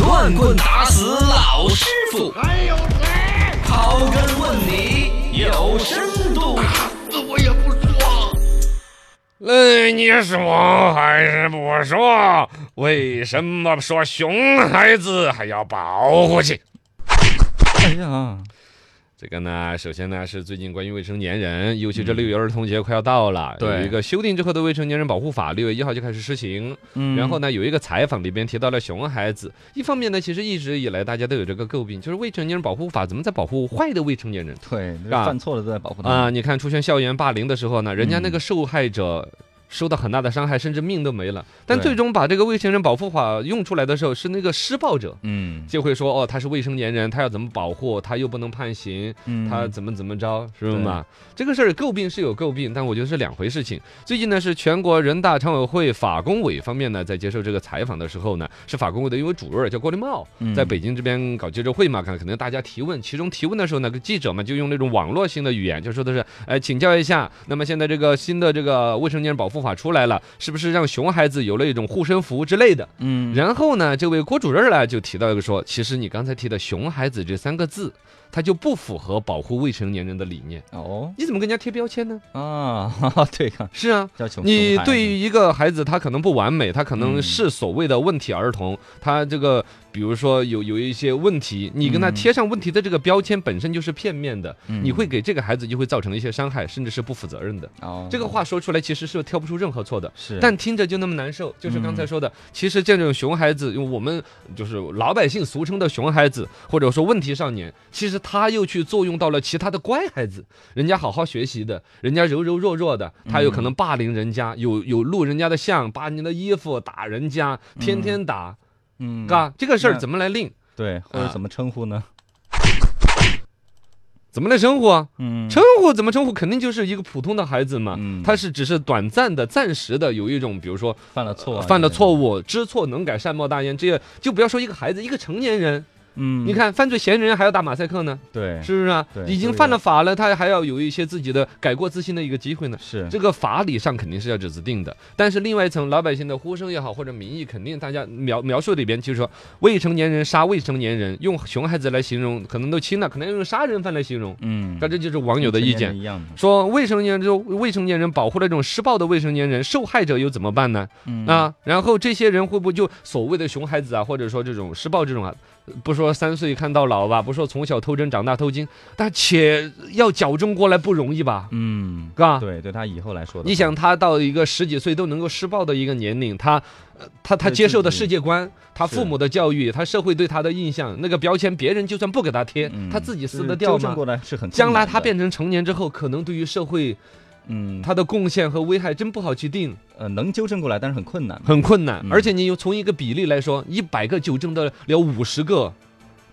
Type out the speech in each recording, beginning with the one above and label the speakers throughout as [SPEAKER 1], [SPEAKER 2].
[SPEAKER 1] 乱棍打死老师傅，还有谁？刨根问底有深度。
[SPEAKER 2] 那呃你说还是不说？为什么说熊孩子还要保护起？
[SPEAKER 3] 哎呀，
[SPEAKER 2] 这个呢，首先呢是最近关于未成年人，尤其这六一儿童节快要到了，
[SPEAKER 3] 嗯对
[SPEAKER 2] 有一个修订之后的未成年人保护法，六月一号就开始施行。
[SPEAKER 3] 嗯
[SPEAKER 2] 然后呢，有一个采访里边提到了熊孩子。一方面呢，其实一直以来大家都有这个诟病，就是未成年人保护法怎么在保护坏的未成年人？
[SPEAKER 3] 对，就是
[SPEAKER 2] 啊
[SPEAKER 3] 犯错了都在保护他
[SPEAKER 2] 啊、
[SPEAKER 3] 们。嗯
[SPEAKER 2] 你看出现校园霸凌的时候呢，人家那个受害者受到很大的伤害，甚至命都没了。但
[SPEAKER 3] 对
[SPEAKER 2] 最终把这个未成年人保护法用出来的时候，是那个施暴者
[SPEAKER 3] 嗯
[SPEAKER 2] 就会说，哦，他是未成年人，他要怎么保护，他又不能判刑，
[SPEAKER 3] 嗯，
[SPEAKER 2] 他怎么怎么着，是吗？这个事儿诟病是有诟病，但我觉得是两回事情。最近呢，是全国人大常委会法工委方面呢，在接受这个采访的时候呢，是法工委的一位主任叫郭立茂，
[SPEAKER 3] 嗯
[SPEAKER 2] 在北京这边搞记者会嘛，看可能大家提问，其中提问的时候呢，记者们就用那种网络性的语言，就说的是，哎，请教一下，那么现在这个新的这个未成年人保护法出来了，是不是让熊孩子有了一种护身符之类的？
[SPEAKER 3] 嗯
[SPEAKER 2] 然后呢，这位郭主任呢就提到一个说，其实你刚才提的“熊孩子”这三个字，它就不符合保护未成年人的理念。
[SPEAKER 3] 哦
[SPEAKER 2] 你怎么跟人家贴标签呢？
[SPEAKER 3] 啊， 哈哈对啊，
[SPEAKER 2] 是啊。
[SPEAKER 3] 叫熊。
[SPEAKER 2] 你
[SPEAKER 3] 熊孩子
[SPEAKER 2] 对于一个孩子，他可能不完美，他可能
[SPEAKER 3] 嗯
[SPEAKER 2] 是所谓的问题儿童，他这个比如说有有一些问题，你跟他
[SPEAKER 3] 嗯
[SPEAKER 2] 贴上问题的这个标签本身就是片面的，
[SPEAKER 3] 嗯
[SPEAKER 2] 你会给这个孩子就会造成一些伤害，甚至是不负责任的。
[SPEAKER 3] 哦
[SPEAKER 2] 这个话说出来其实是挑不出任何错的，
[SPEAKER 3] 是，嗯
[SPEAKER 2] 但听着就那么难受，就是刚才说的，其实这种熊孩子，用我们就是老百姓俗称的熊孩子，或者说问题少年，其实他又去作用到了其他的乖孩子，人家好好学习的，人家柔柔弱弱的，
[SPEAKER 3] 嗯
[SPEAKER 2] 他有可能霸凌人家，有有录人家的像，扒人家的衣服，打人家，天天打，
[SPEAKER 3] 嗯
[SPEAKER 2] 嘎，这个事儿
[SPEAKER 3] 那
[SPEAKER 2] 怎么来令，
[SPEAKER 3] 对，或者
[SPEAKER 2] 啊
[SPEAKER 3] 怎么称呼呢？
[SPEAKER 2] 怎么来生活啊？
[SPEAKER 3] 嗯，
[SPEAKER 2] 称呼怎么称呼？肯定就是一个普通的孩子嘛，
[SPEAKER 3] 嗯
[SPEAKER 2] 他是只是短暂的、暂时的有一种，比如说
[SPEAKER 3] 犯了错啊，
[SPEAKER 2] 呃犯了
[SPEAKER 3] 对
[SPEAKER 2] 错，误，知错能改，善莫大焉。这些就不要说一个孩子，一个成年人，
[SPEAKER 3] 嗯，
[SPEAKER 2] 你看犯罪嫌疑人还要打马赛克呢，
[SPEAKER 3] 对
[SPEAKER 2] 是不是啊？
[SPEAKER 3] 对
[SPEAKER 2] 已经
[SPEAKER 3] 对
[SPEAKER 2] 犯了法了，他还要有一些自己的改过自新的一个机会呢。
[SPEAKER 3] 是
[SPEAKER 2] 这个法理上肯定是要指定的，但是另外一层老百姓的呼声也好，或者民意，肯定大家描描述里边就是说，未成年人杀未成年人，用熊孩子来形容，可能都轻了，可能要用杀人犯来形容。
[SPEAKER 3] 嗯，
[SPEAKER 2] 但这就是网友的意
[SPEAKER 3] 成年
[SPEAKER 2] 见
[SPEAKER 3] 人。一样的，
[SPEAKER 2] 说未成年人就未成年人保护了这种施暴的未成年人，受害者又怎么办呢？
[SPEAKER 3] 嗯
[SPEAKER 2] 啊，然后这些人会不会就所谓的熊孩子啊，或者说这种施暴这种啊，不说三岁看到老吧，不说从小偷针长大偷金，但且要矫正过来不容易吧，
[SPEAKER 3] 嗯，
[SPEAKER 2] 嘎。
[SPEAKER 3] 对，对他以后来说的话，
[SPEAKER 2] 啊你想他到一个十几岁都能够施暴的一个年龄，他，呃他他
[SPEAKER 3] 对
[SPEAKER 2] 接受
[SPEAKER 3] 自
[SPEAKER 2] 的
[SPEAKER 3] 己
[SPEAKER 2] 世界观，他
[SPEAKER 3] 是
[SPEAKER 2] 父母的教育，他社会对他的印象，那个标签别人就算不给他贴，
[SPEAKER 3] 嗯
[SPEAKER 2] 他自己撕
[SPEAKER 3] 就是
[SPEAKER 2] 得掉
[SPEAKER 3] 纠正
[SPEAKER 2] 吗？
[SPEAKER 3] 过来是很困
[SPEAKER 2] 将来
[SPEAKER 3] 难
[SPEAKER 2] 他
[SPEAKER 3] 的
[SPEAKER 2] 变成成年之后，可能对于社会
[SPEAKER 3] 嗯，
[SPEAKER 2] 他的贡献和危害真不好去定，
[SPEAKER 3] 呃能纠正过来，但是很困难。
[SPEAKER 2] 很困难。
[SPEAKER 3] 嗯
[SPEAKER 2] 而且你又从一个比例来说，一百个纠正得了五十个，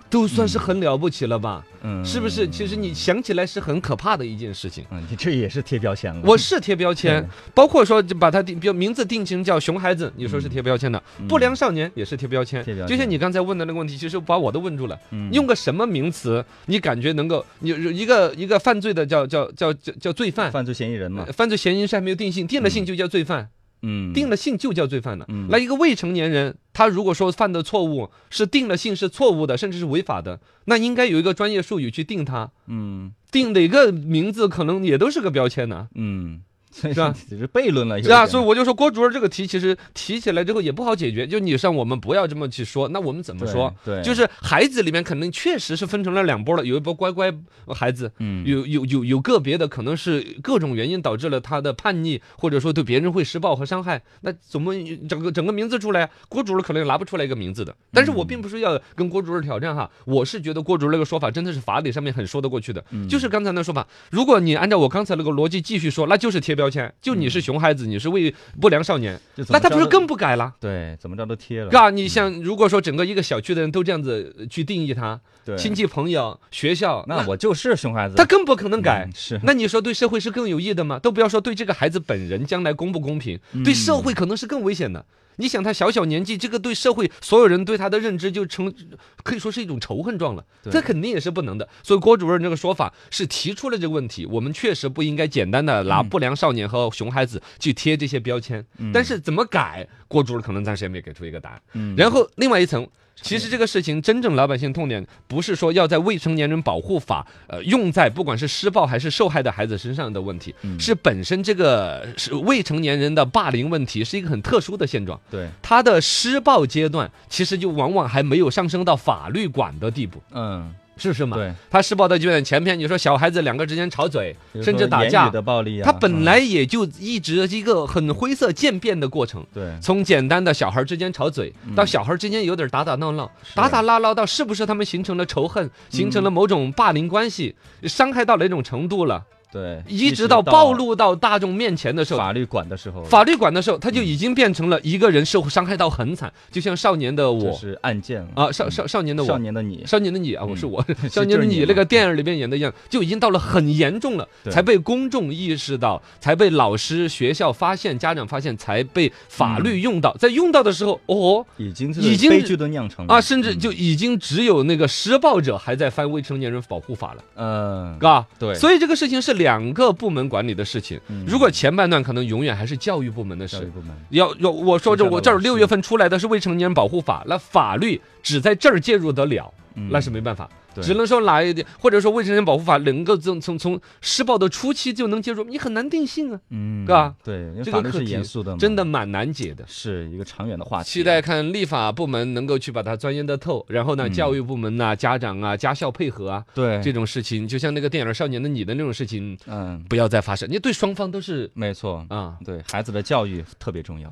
[SPEAKER 2] 都算是很了不起了吧？
[SPEAKER 3] 嗯，
[SPEAKER 2] 是不是？其实你想起来是很可怕的一件事情。
[SPEAKER 3] 嗯，你这也是贴标签了。
[SPEAKER 2] 我是贴标签
[SPEAKER 3] 嗯对，
[SPEAKER 2] 包括说就把它定标名字定型叫熊孩子，你说是
[SPEAKER 3] 嗯
[SPEAKER 2] 贴标签的；
[SPEAKER 3] 嗯
[SPEAKER 2] 不良少年也是贴标签
[SPEAKER 3] 贴。标
[SPEAKER 2] 就像
[SPEAKER 3] 签
[SPEAKER 2] 你刚才问的那个问题，其实把我都问住了。
[SPEAKER 3] 嗯
[SPEAKER 2] 用个什么名词，你感觉能够你一个一个犯罪的叫叫叫叫叫罪犯，
[SPEAKER 3] 犯罪嫌疑人嘛
[SPEAKER 2] 呃，犯罪嫌疑人是还没有定性，定了性就叫罪犯，
[SPEAKER 3] 嗯，
[SPEAKER 2] 定了性就叫罪犯了。
[SPEAKER 3] 嗯
[SPEAKER 2] 那一个未成年人，他如果说犯的错误是定了性是错误的，甚至是违法的，那应该有一个专业术语去定他，
[SPEAKER 3] 嗯
[SPEAKER 2] 定哪个名字可能也都是个标签呢、
[SPEAKER 3] 嗯，所以
[SPEAKER 2] 是吧
[SPEAKER 3] 只是悖论了，有
[SPEAKER 2] 是啊，
[SPEAKER 3] 一点
[SPEAKER 2] 所以我就说郭主任这个题其实提起来之后也不好解决，就你让我们不要这么去说，那我们怎么
[SPEAKER 3] 对
[SPEAKER 2] 说？
[SPEAKER 3] 对，
[SPEAKER 2] 就是孩子里面可能确实是分成了两波了，有一波乖乖孩子，
[SPEAKER 3] 嗯
[SPEAKER 2] 有有有有个别的可能是各种原因导致了他的叛逆，或者说对别人会施暴和伤害，那怎么整个整个名字出来，郭主任可能也拿不出来一个名字的。但是
[SPEAKER 3] 嗯
[SPEAKER 2] 我并不是要跟郭主任挑战哈，我是觉得郭主任那个说法真的是法理上面很说得过去的，
[SPEAKER 3] 嗯
[SPEAKER 2] 就是刚才那说法。如果你按照我刚才那个逻辑继续说，那就是贴标签，就你是熊孩子，你是未不良少年，
[SPEAKER 3] 嗯就怎
[SPEAKER 2] 那
[SPEAKER 3] 么
[SPEAKER 2] 他
[SPEAKER 3] 着
[SPEAKER 2] 不是
[SPEAKER 3] 都
[SPEAKER 2] 更不改了？
[SPEAKER 3] 对，嗯怎么着都贴了，
[SPEAKER 2] 嘎，你像如果说整个一个小区的人都这样子呃去定义他，
[SPEAKER 3] 对，
[SPEAKER 2] 亲戚朋友、学校，
[SPEAKER 3] 那我就是熊孩子，
[SPEAKER 2] 他更不可能改
[SPEAKER 3] 嗯。是
[SPEAKER 2] 那你说对社会是更有益的吗？都不要说对这个孩子本人将来公不公平，
[SPEAKER 3] 嗯
[SPEAKER 2] 对社会可能是更危险的。你想他小小年纪，这个对社会所有人对他的认知就成，可以说是一种仇恨状了，
[SPEAKER 3] 对
[SPEAKER 2] 这肯定也是不能的。所以郭主任这个说法是提出了这个问题，我们确实不应该简单的
[SPEAKER 3] 嗯
[SPEAKER 2] 拿不良少年和熊孩子去贴这些标签，但是怎么改，郭主任可能暂时也没给出一个答案。
[SPEAKER 3] 嗯
[SPEAKER 2] 然后另外一层，其实这个事情真正老百姓痛点不是说要在未成年人保护法呃用在不管是施暴还是受害的孩子身上的问题，
[SPEAKER 3] 嗯
[SPEAKER 2] 是本身这个是未成年人的霸凌问题是一个很特殊的现状。
[SPEAKER 3] 对，
[SPEAKER 2] 他的施暴阶段其实就往往还没有上升到法律管的地步，
[SPEAKER 3] 嗯，
[SPEAKER 2] 是不是嘛？
[SPEAKER 3] 对，
[SPEAKER 2] 他施暴的阶段前面你说小孩子两个之间吵嘴，
[SPEAKER 3] 比如
[SPEAKER 2] 甚至
[SPEAKER 3] 说
[SPEAKER 2] 打
[SPEAKER 3] 言
[SPEAKER 2] 架
[SPEAKER 3] 语，的暴力啊，
[SPEAKER 2] 他本
[SPEAKER 3] 嗯
[SPEAKER 2] 来也就一直一个很灰色渐变的过程。
[SPEAKER 3] 对
[SPEAKER 2] 从简单的小孩之间吵嘴，
[SPEAKER 3] 嗯
[SPEAKER 2] 到小孩之间有点打打闹闹，打打闹闹到是不是他们形成了仇
[SPEAKER 3] 嗯
[SPEAKER 2] 恨，形成了某种霸凌关系，伤害到哪种程度了，
[SPEAKER 3] 对，
[SPEAKER 2] 一直到暴露到大众面前的时候。
[SPEAKER 3] 法律管的时候，
[SPEAKER 2] 法律管的时候，他就已经变成了一个人受伤害到很惨，就像少年的
[SPEAKER 3] 这
[SPEAKER 2] 我
[SPEAKER 3] 是案件了
[SPEAKER 2] 啊，少少少年的
[SPEAKER 3] 少
[SPEAKER 2] 我，
[SPEAKER 3] 年的你，
[SPEAKER 2] 少年的你啊，我是我，少
[SPEAKER 3] 嗯 是
[SPEAKER 2] 年
[SPEAKER 3] 就
[SPEAKER 2] 的
[SPEAKER 3] 是你
[SPEAKER 2] 你
[SPEAKER 3] 嘛
[SPEAKER 2] 那个电影里面演的一样，就已经到了很严重了，
[SPEAKER 3] 对
[SPEAKER 2] 才被公众意识到，才被老师、学校发现，家长发现，才被法
[SPEAKER 3] 嗯
[SPEAKER 2] 律用到。在用到的时候，哦
[SPEAKER 3] 已经是
[SPEAKER 2] 已经
[SPEAKER 3] 悲剧的酿成了
[SPEAKER 2] 啊，甚至就已经只有那个施暴者还在翻未成年人保护法了，
[SPEAKER 3] 嗯，
[SPEAKER 2] 嘎、
[SPEAKER 3] 对，嗯
[SPEAKER 2] 所以这个事情是两个部门管理的事情。如果前半段可能永远还是教育部门的
[SPEAKER 3] 教育
[SPEAKER 2] 事。
[SPEAKER 3] 部门
[SPEAKER 2] 要要我说这
[SPEAKER 3] 就叫
[SPEAKER 2] 我
[SPEAKER 3] 老
[SPEAKER 2] 这儿
[SPEAKER 3] 师
[SPEAKER 2] 六月份出来的是未成年人保护法，那法律只在这儿介入得了，
[SPEAKER 3] 嗯
[SPEAKER 2] 那是没办法，
[SPEAKER 3] 对
[SPEAKER 2] 只能说哪一点，或者说未成年人保护法能够从从从施暴的初期就能介入，你很难定性啊，
[SPEAKER 3] 嗯，
[SPEAKER 2] 嘎
[SPEAKER 3] 对，因为
[SPEAKER 2] 这个
[SPEAKER 3] 法律
[SPEAKER 2] 课
[SPEAKER 3] 是
[SPEAKER 2] 题
[SPEAKER 3] 严肃的嘛，
[SPEAKER 2] 真的蛮难解的。
[SPEAKER 3] 是一个长远的话题，
[SPEAKER 2] 嗯期待看立法部门能够去把它钻研得透，然后呢，
[SPEAKER 3] 嗯
[SPEAKER 2] 教育部门呐、家长啊、家校配合啊，
[SPEAKER 3] 对
[SPEAKER 2] 这，种事情，就像那个电影《少年的你》的那种事情，
[SPEAKER 3] 嗯，
[SPEAKER 2] 不要再发生，你对双方都是
[SPEAKER 3] 没错，
[SPEAKER 2] 啊。
[SPEAKER 3] 对孩子的教育特别重要。